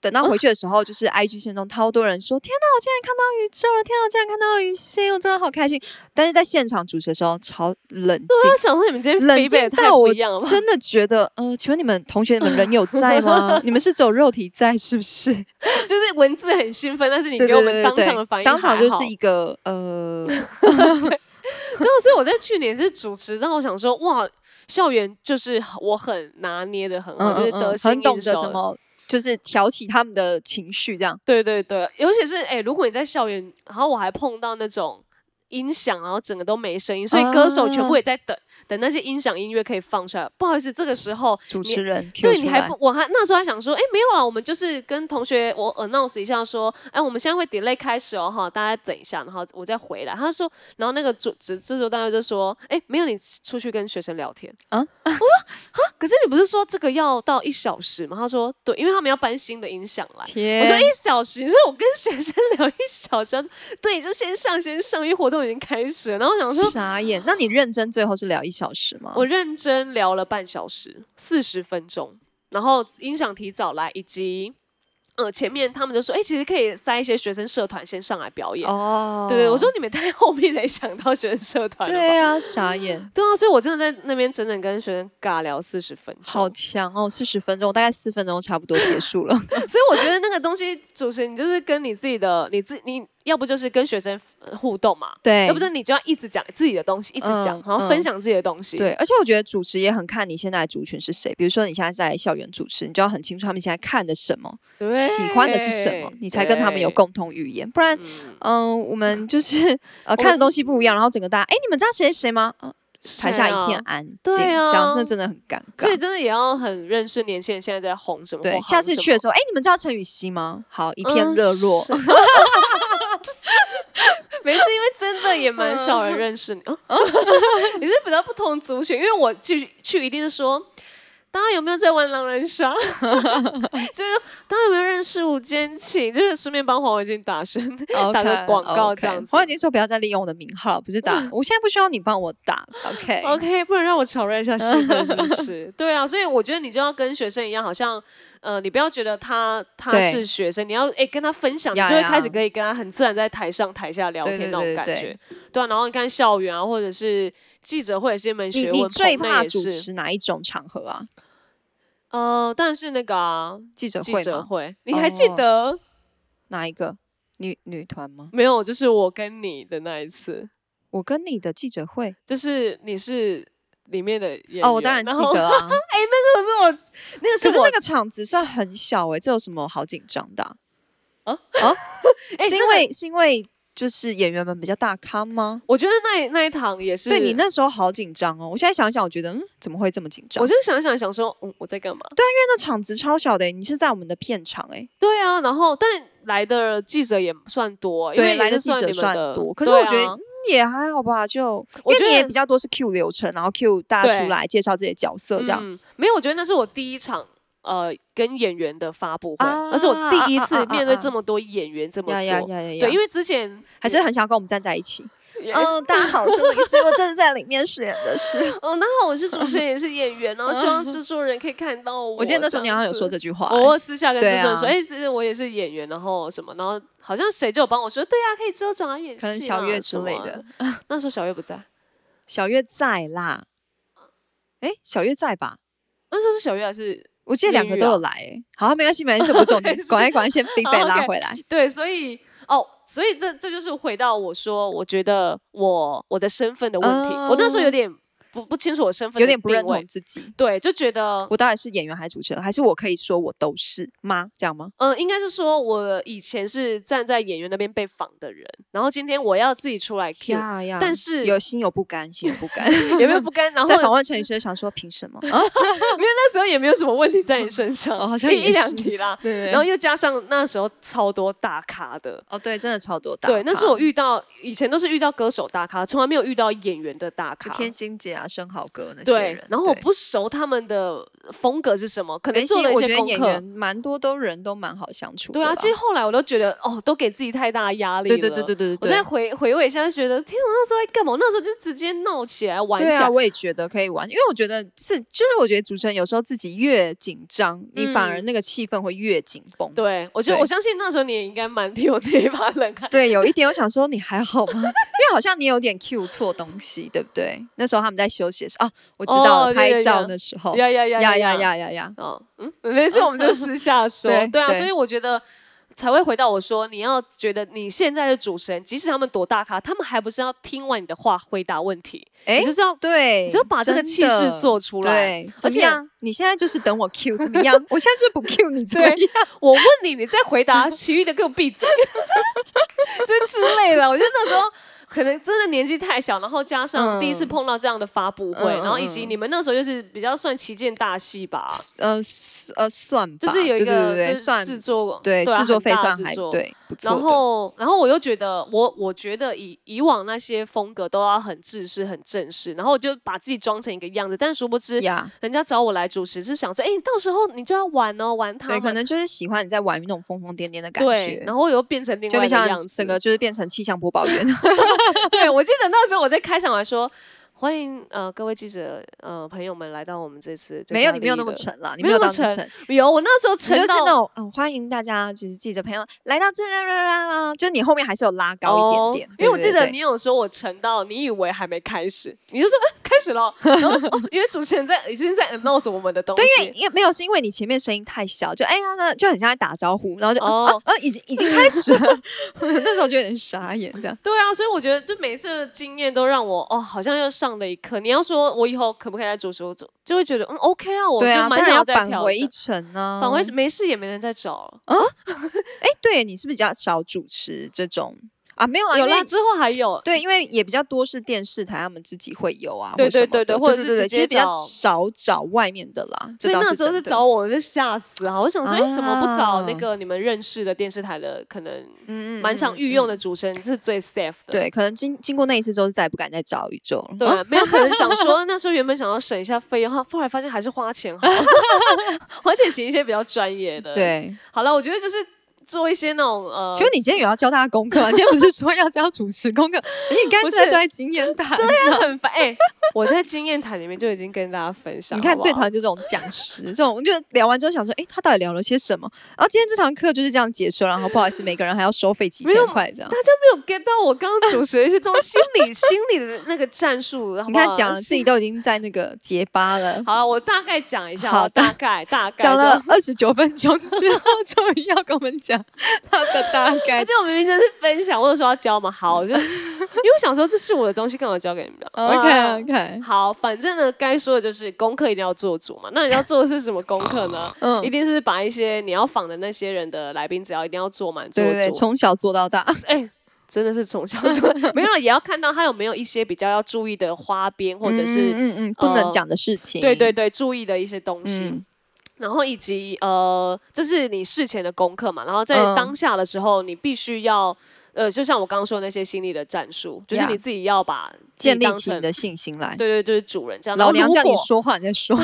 S2: 等到 回去的时候，就是 I G 线中超多人说：“天哪，我竟然看到宇宙了！天哪，我竟然看到雨欣，我真的好开心。”但是在现场主持的时候，超冷静
S1: 我，想说你们今天
S2: 冷
S1: feedback
S2: 静
S1: 啊也太
S2: 到
S1: 不
S2: 我
S1: 一样了吧，
S2: 真的觉得，呃，请问你们同学你们人有在吗？你们是走肉体在是不是？
S1: 就是文字很兴奋，但是你
S2: 对
S1: 给
S2: 对
S1: 我
S2: 对
S1: 们当
S2: 对
S1: 场的反应
S2: 当场
S1: 还
S2: 就
S1: 好
S2: 是一个呃，
S1: 对，啊所以我在去年是主持，但我想说，哇，校园就是我很拿捏的很好，
S2: 嗯
S1: 就是
S2: 嗯
S1: 得
S2: 嗯，
S1: 心
S2: 很懂
S1: 应
S2: 得
S1: 手
S2: 怎
S1: 的。
S2: 么就是挑起他们的情绪，这样
S1: 对对对，尤其是哎、如果你在校园，然后我还碰到那种音响，然后整个都没声音，所以歌手
S2: 啊
S1: 全部也在等、等那些音响音乐可以放出来。不好意思，这个时候
S2: 主
S1: 你
S2: 持人 cue
S1: 对，你
S2: 出
S1: 还
S2: 来
S1: 不，我还那时候还想说，哎、没有啊，我们就是跟同学我 announce 一下说，哎、我们现在会 delay 开始哦，哈，大家等一下，然后我再回来。他说，然后那个主制制作单位就说，哎、没有，你出去跟学生聊天啊。
S2: 啊
S1: 我说啊，可是你不是说这个要到一小时吗？他说对，因为他们要搬新的音响来。
S2: 天
S1: 我说一小时，你说我跟学生聊一小时，他说对，就先上先上，因为活动已经开始了。然后我想说，
S2: 傻眼，那你认真最后是聊一小时吗？
S1: 我认真聊了半小时，四十分钟，然后音响提早来，以及呃前面他们就说，哎、其实可以塞一些学生社团先上来表演。
S2: 哦，
S1: 对对，我说你们太后面才想到学生社团了吧
S2: 对啊，傻眼，
S1: 对啊，所以我真的在那边整整跟学生尬聊四十分钟。
S2: 好强哦，四十分钟，我大概四分钟差不多结束 了，
S1: 所以我觉得那个东西，主持人你就是跟你自己的，你自你要不就是跟学生呃互动嘛，
S2: 对，
S1: 要不就你就要一直讲自己的东西，一直讲，
S2: 嗯
S1: 然后
S2: 嗯
S1: 分享自己的东西。
S2: 对，而且我觉得主持也很看你现在的族群是谁。比如说你现在在校园主持，你就要很清楚他们现在看的什么，
S1: 对，
S2: 喜欢的是什么，你才跟他们有
S1: 对。
S2: 共同语言。不然，
S1: 嗯
S2: 嗯、我们就是呃看的东西不一样，然后整个大家，哎，你们知道谁谁谁吗？呃台下
S1: 是啊
S2: 一片安静，
S1: 对啊
S2: 这样那真的很尴
S1: 所以
S2: 尬。
S1: 真的也要很认识年轻人现在在红什么。
S2: 对
S1: 或，行
S2: 下次
S1: 什
S2: 去的
S1: 么
S2: 时候，哎，你们知道陈雨希吗？好，一片
S1: 嗯
S2: 热络
S1: 是。 没事，因为真的也蛮少人
S2: 嗯
S1: 认识你。哦、你是比较不同族群，因为我去去一定是说。大家有没有在玩狼人杀？ 就是大家有没有认识五间情？就是顺便帮黄伟晋打声打个广告这样子。嗯
S2: 我已经说不要再利用我的名号了，不是打，我现在不需要你帮我打。OK
S1: OK，不能让我炒热一下 气氛是不是？对啊，所以我觉得你就要跟学生一样，好像呃，你不要觉得他他
S2: 对
S1: 是学生，你要诶、跟他分享，你
S2: 呀
S1: 就会
S2: 呀
S1: 开始可以跟他很自然在台上台下聊
S2: 对
S1: 天
S2: 对
S1: 那种
S2: 对
S1: 感
S2: 对
S1: 觉。对啊，然后你看校园啊，或者是记者会也是一门
S2: 你
S1: 学问，
S2: 你最
S1: 棚内
S2: 怕
S1: 也
S2: 主
S1: 是
S2: 持哪一种场合啊？
S1: 呃，但是那个啊，
S2: 记者
S1: 记
S2: 会
S1: 者
S2: 吗？
S1: 会，你还记
S2: 哦
S1: 得、
S2: 哪一个？女女团吗？
S1: 没有？就是我跟你的那一次，
S2: 我跟你的记者会
S1: 就是你是里面的演员
S2: 哦，我当然记得。啊。
S1: 可是我那个
S2: 可是
S1: 我
S2: 那个场子算很小哎、这有什么好紧张的啊？
S1: 啊
S2: 啊
S1: 哎
S2: 是因为是因为就是演员们比较大咖吗？
S1: 我觉得那那一堂也是
S2: 对你。那时候好紧张哦！我现在想一想，我觉得嗯，怎么会这么紧张？
S1: 我
S2: 我觉
S1: 就想想想说，嗯，我在干嘛？
S2: 得那场子超小的欸、你是在我们的片场哎、
S1: 对啊，然后但来的记者也算多，因为
S2: 对，来
S1: 的
S2: 的记者
S1: 算
S2: 算
S1: 你们的
S2: 多，可是
S1: 对
S2: 我觉得、
S1: 啊
S2: 嗯也还好吧，就
S1: 我
S2: 因
S1: 觉
S2: 为你也
S1: 得
S2: 比较多是 Q 流程，然后 Q 大家
S1: 对
S2: 出来介绍自己的角色这样。
S1: 嗯没有，我觉得那是我第一场呃跟演员的发布会，
S2: 啊
S1: 而是我第一
S2: 啊啊
S1: 次
S2: 啊
S1: 面对
S2: 啊
S1: 这么多演员这么做。
S2: 呀呀呀呀呀！
S1: 对，因为之前
S2: 还是很想跟我们站在一起。
S1: 也 呃
S2: 嗯，大家好，我是林思，我正在里面饰演的是。
S1: 哦，那好，我是主持人，也是演员，然后希望制作人可以看到我。
S2: 嗯我记得那时候你好像有说
S1: 这
S2: 这句话、
S1: 样子，我私下跟制
S2: 对
S1: 作人说，
S2: 啊
S1: 哎、其实我也是演员，然后什么，然后好像谁就有帮我说，对啊，可以之后找他演戏啊，
S2: 可能小月之
S1: 什么
S2: 类
S1: 啊
S2: 的。。
S1: 那时候小月不在，
S2: 小月在啦，哎、小月在吧？
S1: 那时候是小月还是
S2: 我记得两个
S1: 林宇
S2: 都
S1: 啊
S2: 有来、欸，好，没关系，没关系，这不是重点
S1: 没，事
S2: 管一管，先 必
S1: 好
S2: 被拉
S1: OK
S2: 回来。
S1: 对，所以哦，所以这这就是回到我说，我觉得我我的身份的问题，我那时候有
S2: 嗯
S1: 点不不清楚我身份，
S2: 有点不认同，自己，
S1: 对，就觉得
S2: 我到底是演员还是主持人，还是我可以说我都是吗？这样吗？
S1: 嗯，应该是说我以前是站在演员那边被访的人，然后今天我要自己出来 Q，
S2: 呀
S1: 但是
S2: 有心有不甘，心有不 甘。
S1: 有没有不甘？然后
S2: 在访问陈宇轩，想说凭什么？啊，
S1: 那时候也没有什么问题在你身上，
S2: 哦好像
S1: 一
S2: 也
S1: 一两
S2: 是
S1: 题啦。
S2: 对
S1: 然后又加上那时候超多大咖的，
S2: 哦，对，真的超多大咖。
S1: 对，那是我遇到以前都是遇到歌手大咖，从来没有遇到演员的大
S2: 就
S1: 咖。
S2: 天心姐啊、生蚝哥那些
S1: 对
S2: 人，。
S1: 然后我
S2: 对
S1: 不熟他们的风格是什么，可能
S2: 没
S1: 做
S2: 心
S1: 了一
S2: 我觉
S1: 些
S2: 得
S1: 功
S2: 演
S1: 课
S2: 员。蛮多都人都蛮好相处的
S1: 对
S2: 吧。
S1: 啊，其实后来我都觉得，哦，都给自己太大压力了。
S2: 对对对对对对，
S1: 我再回回味一下，就觉得天啊，我那时候在干嘛？我那时候就直接闹起来玩
S2: 对
S1: 起来。
S2: 啊，我也觉得可以玩，因为我觉得是，就是我觉得主持人有时候自己越紧张，你反而
S1: 嗯
S2: 那个气氛会越紧绷。
S1: 对我觉得
S2: 对
S1: 我相信那时候你也应该蛮替我 那一把冷汗。
S2: 对，有一点我想说你还好吗？ 因为好像你有点 cue 错东西，对不对？那时候他们在休息的时候，啊，我知道
S1: 哦
S2: 了，
S1: 对
S2: 拍
S1: 对
S2: 照
S1: 对
S2: 那时候，
S1: 呀呀呀
S2: 呀呀！呀呀，
S1: 哦，嗯，没事，我们就私 下说。
S2: 对
S1: 对啊，
S2: 对
S1: 所以我觉得才会回到我说，你要觉得你现在的主持人，即使他们多大咖，他们还不是要听完你的话回答问题，
S2: 哎
S1: 你，就是要
S2: 对，
S1: 你就把这个
S2: 真
S1: 气势
S2: 的
S1: 做出来。
S2: 对，
S1: 而
S2: 怎么
S1: 且
S2: 样你现在就是等我 cue 怎 么样？我现在就是不 cue 你怎么
S1: 对
S2: 样？
S1: 我问你，你再回 答，其余的给我闭嘴，就之类的。我觉得那时候可能真的年纪太小，然后加上
S2: 嗯
S1: 第一次碰到这样的发布会，
S2: 嗯嗯
S1: 然后以及
S2: 嗯
S1: 你们那时候又是比较算旗舰大戏吧，
S2: 呃是呃，算吧，
S1: 就是有一
S2: 对对
S1: 个
S2: 对对
S1: 就是
S2: 算
S1: 制作
S2: 对
S1: 啊
S2: 制作
S1: 很
S2: 费
S1: 大的
S2: 算
S1: 制
S2: 还
S1: 作
S2: 对不错的。
S1: 然后，然后我又觉得，我我觉得以以往那些风格都要很正式、很正式，然后我就把自己装成一个样子，但殊不知
S2: 呀，
S1: 人家找我来主持是想说，哎、你到时候你就要玩哦，玩他
S2: 对，
S1: 们，
S2: 可能就是喜欢你在玩那种疯疯癫癫的感
S1: 对
S2: 觉，，
S1: 然后我又变成另
S2: 就
S1: 外
S2: 没
S1: 一个
S2: 像
S1: 样子。
S2: 整个就是变成气象播报员。
S1: 对，我记得那时候我在开场我还说，欢迎呃各位记者呃朋友们来到我们这次最
S2: 没有，
S1: 佳
S2: 你没有
S1: 利益
S2: 那么
S1: 的，
S2: 沉啦，你
S1: 没
S2: 没有
S1: 那
S2: 到
S1: 么
S2: 那么
S1: 沉
S2: 沉，
S1: 有我那时候
S2: 你
S1: 沉
S2: 就是
S1: 到哦
S2: 那种嗯，欢迎大家就是记者朋友来到这啦啦啦啦，就你后面还是有拉高
S1: 哦，
S2: 一点
S1: 因
S2: 点，
S1: 为我记得你
S2: 你
S1: 有说我沉到你以为还没开始，你就说、哎开始了，然后哦，因为主持人在已经在 announce 我们的东
S2: 对，因为
S1: 西。
S2: 因为没有是因为你前面声音太小，就哎呀那就很像在打招呼，然后就
S1: 哦
S2: 哦呃已经已经开始了， 那时候就有点傻眼这样。
S1: 对啊，所以我觉得就每次的经验都让我哦，好像又上了一课。你要说我以后可不可以来主持，我就就会觉得嗯 OK 啊，我就
S2: 对啊，
S1: 蛮
S2: 当
S1: 想
S2: 然
S1: 再
S2: 返
S1: 调
S2: 回一啊嗯
S1: 整
S2: 程呢，
S1: 返回没事也没人再找了。
S2: 哎，对你是不是比较少主持这种？啊，没有啦，
S1: 有
S2: 因为
S1: 啦，之后还有，
S2: 对，因为也比较多是电视台他们自己会有啊，
S1: 对
S2: 或什
S1: 对
S2: 么
S1: 对对
S2: 的对，
S1: 或者
S2: 对
S1: 是
S2: 对对
S1: 直
S2: 其实
S1: 接
S2: 比较
S1: 找
S2: 少找外面的啦。这
S1: 所以
S2: 倒
S1: 那时候
S2: 真
S1: 是
S2: 的
S1: 找我，我就吓死啊！我想说，哎、怎么不找那
S2: 啊
S1: 个你们认识的电视台的，可能
S2: 嗯嗯
S1: 蛮常
S2: 嗯
S1: 御
S2: 嗯
S1: 用的主持人、是最 safe 的。
S2: 对，可哦能经经过那一次之后，再也不敢再找宇宙了。
S1: 对啊，没有可能想 说那时候原本想要省一下费用，后后来发现还是花钱好，而且请一些比较专业的。，
S2: 对，
S1: 好了，我觉得就是做一些那种呃，
S2: 请问你今天有要教大家功课 吗？今天不是说要教主持功课，而且你刚才
S1: 不
S2: 是在
S1: 是
S2: 都在经验谈。对啊
S1: 真的 很烦。哎、我在经验谈里面就已经跟大家分享，
S2: 你看
S1: 好不
S2: 最
S1: 好
S2: 讨厌就这种讲师，这种就聊完之后想说，哎，他到底聊了些什么？然后今天这堂课就是这样结束，然后不好意思，每个人还要收费几
S1: 没
S2: 千
S1: 有
S2: 块这样
S1: 大。家没有 get 到我刚刚主持的一些东西，心理 心理的那个战术，好
S2: 你
S1: 不好
S2: 看讲了自己都已经在那个结巴了，
S1: 好了，我大概讲一下，
S2: 好
S1: 我大概大概
S2: 讲
S1: 就
S2: 了二十九分钟之后，终于要跟我们讲他的大概
S1: 而。且我明明真是分享，我有说要教嘛，好， 我就因为我想说这是我的东西，干嘛教给你们啊
S2: OK OK，
S1: 好，反正呢，该说的就是功课一定要做足嘛。那你要做的是什么功课呢？
S2: 嗯
S1: 一，定是把一些你要访的那些人的来宾资料一定要做满做
S2: 对对对，
S1: 足。
S2: 从小做到大。
S1: 哎、真的是从小 做，没有也要看到他有没有一些比较要注意的花边，或者是、
S2: 嗯嗯嗯不能
S1: 呃
S2: 讲的事情。
S1: 对对对注意的一些东西。
S2: 嗯，
S1: 然后以及呃，这是你事前的功课嘛，然后在
S2: 嗯
S1: 当下的时候，你必须要呃，就像我刚刚说的那些心理的战术，就是你
S2: Yeah
S1: 自己要把自己
S2: 建立
S1: 当
S2: 起你
S1: 成
S2: 的信心来。
S1: 对对，就是主人这样。然
S2: 老
S1: 后
S2: 娘
S1: 如
S2: 叫你
S1: 果
S2: 说话，你 在说。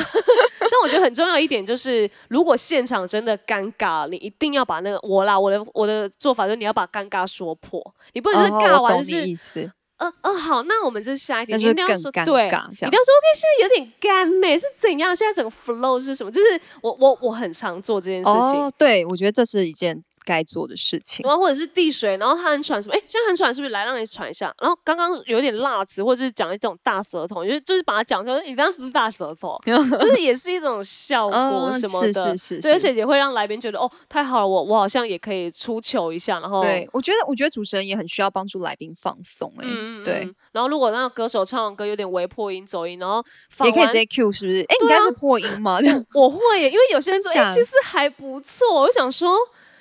S1: 但我觉得很重要一点就是，如果现场真的尴尬，你一定要把那个我啦，我的我的做法就是你要把尴尬说破，你不能就是
S2: 哦
S1: 尬
S2: 我
S1: 完
S2: 懂
S1: 就
S2: 你
S1: 是
S2: 意思，
S1: 呃呃好，那我们就下一题，
S2: 那
S1: 你
S2: 就
S1: 一
S2: 是
S1: 定
S2: 更
S1: 要说
S2: 尴
S1: 对。
S2: 尬这
S1: 一定。
S2: 样
S1: 要说 OK，现在有点干呢、是怎样？现在整个 flow 是什么？就是我我我很常做这件事情，
S2: 哦，对，我觉得这是一件该做的事情。
S1: 然后或者是递水，然后他很喘什么？哎，现在很喘是不是？来让你喘一下。然后刚刚有点辣词，或者是讲一种大舌头，就是就是把它讲成你当时大舌 头，就是也是一种效果
S2: 嗯
S1: 什么
S2: 是
S1: 的。
S2: 是是，
S1: 对，而
S2: 是
S1: 且也会让来宾觉得哦，太好了，我我好像也可以出糗一下，然后
S2: 对，我觉得我觉得主持人也很需要帮助来宾放松，哎，
S1: 嗯嗯
S2: 对
S1: 嗯，然后如果那个歌手唱完歌有点微破音走音，然后放
S2: 也可以
S1: 完
S2: 直接 Q 是不是？哎，你
S1: 对啊
S2: 刚才是破音 吗？就
S1: 我会耶，因为有些人说，
S2: 真
S1: 哎、
S2: 假
S1: 其实还不错。我就想说，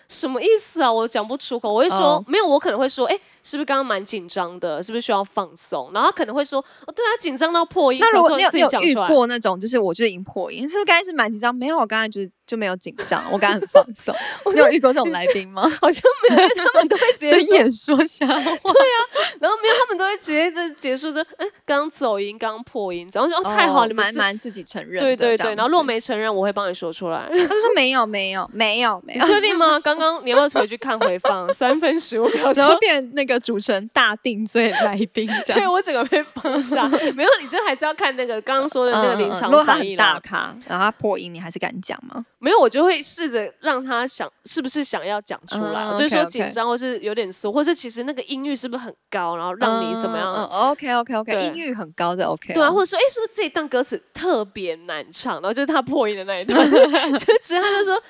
S1: 什么意思啊？我讲不出口。我会说，
S2: 哦
S1: 没有，我可能会说，哎、是不是刚刚蛮紧张的？是不是需要放松？然后他可能会说，哦，对啊，紧张到破音。
S2: 那如
S1: 可
S2: 果你
S1: 是我
S2: 有
S1: 自
S2: 你
S1: 己
S2: 有
S1: 讲
S2: 遇
S1: 出来，
S2: 过那种，就是我就已经破音，是不是刚才是蛮紧张？没有，我刚才就是就没有紧张，我刚才很放 松。你有遇过这种来宾吗？
S1: 好像没有，因为他们都会直接
S2: 睁
S1: 说，
S2: 眼说瞎话，
S1: 然后没有，他们都会直接就结束就，嗯，刚走音，刚破音，然后说，哦，太好，
S2: 哦
S1: 你们
S2: 蛮
S1: 自。
S2: 蛮自己承认的。
S1: 对对
S2: 这样
S1: 对，然后若
S2: 子
S1: 没承认，我会帮你说出 来。
S2: 他就说没有没有没有没
S1: 你
S2: 有，
S1: 确定吗？刚刚你要不要回去看回 放？三分十五秒
S2: 然后
S1: 钟。
S2: 变那个主持人大定罪来宾这
S1: 对
S2: 样。
S1: 我整个被放 下，没有，你这还是要看那个刚刚说的那个临
S2: 嗯嗯嗯
S1: 场
S2: 如果他
S1: 反应
S2: 很
S1: 啦
S2: 大。咖，然后他破音，你还是敢讲吗？
S1: 没有，我就会试着让他想是不是想要讲出来，
S2: 嗯
S1: 我就是说
S2: OK，OK
S1: 紧张，或是有点缩，或是其实那个音域是不是很高，然后让你怎么
S2: 嗯
S1: 样？啊
S2: ？OK OK
S1: 对
S2: OK，音域很高的 OK 哦。
S1: 对啊，或者说，哎、是不是这一段歌词特别难唱？然后就是他破音的 那一段，就其实他就说，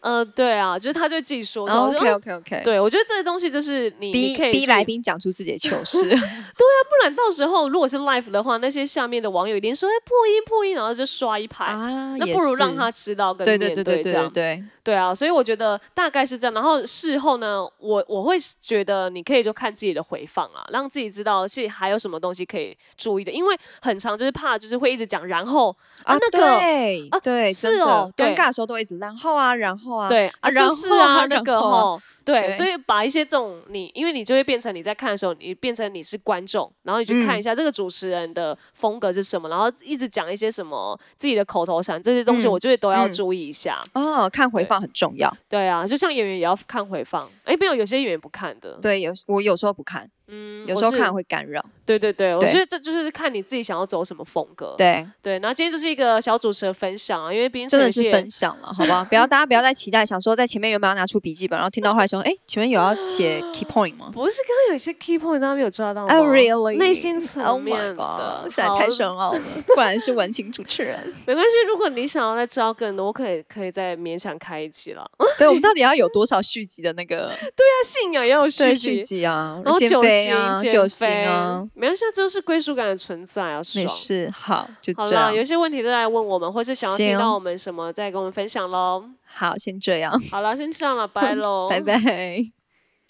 S1: 呃，对啊，就是他就自己说的。 我就
S2: OK
S1: 哦
S2: OK OK，，
S1: 对，我觉得这个东西就是你你
S2: 逼
S1: 可以
S2: 逼
S1: 去
S2: 来宾讲出自己的糗事。
S1: 不然到时候如果是 live 的话，那些下面的网友一定说，哎、破音破音，然后就刷一排。
S2: 啊，
S1: 那
S2: 也
S1: 不如让
S2: 是
S1: 他知道跟
S2: 对
S1: 面
S2: 对对
S1: 这
S2: 对对
S1: 样
S2: 对，对，
S1: 对啊，所以我觉得大概是这样。然后事后呢，我我会觉得你可以就看自己的回放啊，让自己知道是还有什么东西可以注意的，因为很常就是怕就是会一直讲，然后啊那个
S2: 对
S1: 啊
S2: 对，
S1: 是
S2: 真的
S1: 哦对
S2: 尴尬的时候都会一直然后啊，然后啊，
S1: 对
S2: 啊然
S1: 就是
S2: 后啊
S1: 啊那
S2: 然
S1: 个
S2: 后啊
S1: 吼，对，
S2: 对
S1: 所以把一些这种你，因为你就会变成你在看的时候，你变成你是观众，然后你去看一
S2: 嗯
S1: 下这个主持人的风格是什么，然后一直讲一些什么自己的口头禅这些东西，
S2: 嗯
S1: 我觉得都要
S2: 嗯
S1: 注意一下。
S2: 哦，看回
S1: 对
S2: 放很重要。
S1: 对啊，就像演员也要看回放，哎，没有，有些演员不看的。
S2: 对，有我有时候不看，
S1: 嗯
S2: 有时候
S1: 我是
S2: 看会干扰。
S1: 对对对，我
S2: 对
S1: 觉得这就是看你自己想要走什么风格。
S2: 对，
S1: 对，那今天就是一个小主持人分享啊，因为毕竟
S2: 真的
S1: 陈
S2: 是
S1: 奕迅
S2: 分享了，好不 好？不要大家不要再期待，想说在前面原本要拿出笔记本，然后听到后来说，哎，请问有要写
S1: 啊
S2: key point 吗？
S1: 不是刚刚有一些 key point 他没有抓到吗
S2: 哦、oh,，really？
S1: 内心
S2: Oh
S1: 层
S2: my
S1: 面的，
S2: God，实在
S1: 好
S2: 太深奥 了，果然是文青主持人。
S1: 没关系，如果你想要再知道更多，我可以可以再勉强开一期了。 那、
S2: 对，我们到底要有多少续集的那个
S1: 信仰也有续
S2: 对
S1: 集
S2: 续，集啊
S1: 然后？
S2: 减
S1: 九
S2: 肥
S1: 型、
S2: 啊，
S1: 减
S2: 九型
S1: 肥
S2: 啊，，
S1: 没关系，这就是归属感的存在啊，爽
S2: 没。事，好，就
S1: 好
S2: 这
S1: 啦，
S2: 样
S1: 有。些问题都来问我们，或是想要听
S2: 行
S1: 到我们什么，再跟我们分享喽。
S2: 好，先这样，
S1: 好了，先这样了，拜喽，
S2: 拜。拜。